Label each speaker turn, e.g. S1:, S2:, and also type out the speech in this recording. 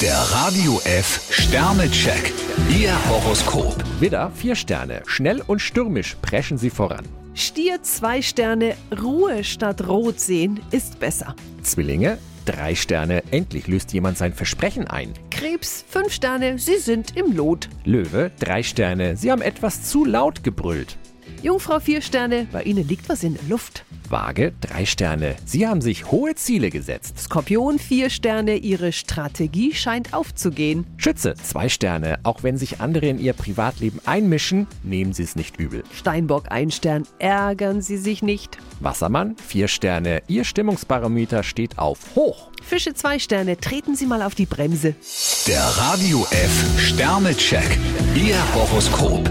S1: Der Radio F Sternecheck. Ihr Horoskop.
S2: Widder, vier Sterne. Schnell und stürmisch preschen Sie voran.
S3: Stier zwei Sterne, Ruhe statt Rot sehen ist besser.
S2: Zwillinge, drei Sterne. Endlich löst jemand sein Versprechen ein.
S3: Krebs fünf Sterne, Sie sind im Lot.
S2: Löwe, drei Sterne. Sie haben etwas zu laut gebrüllt.
S3: Jungfrau vier Sterne, bei Ihnen liegt was in der Luft.
S2: Waage, drei Sterne. Sie haben sich hohe Ziele gesetzt.
S3: Skorpion vier Sterne, Ihre Strategie scheint aufzugehen.
S2: Schütze, zwei Sterne. Auch wenn sich andere in Ihr Privatleben einmischen, nehmen Sie es nicht übel.
S3: Steinbock ein Stern, ärgern Sie sich nicht.
S2: Wassermann, vier Sterne. Ihr Stimmungsbarometer steht auf hoch.
S3: Fische zwei Sterne, treten Sie mal auf die Bremse.
S1: Der Radio F Sternecheck. Ihr Horoskop.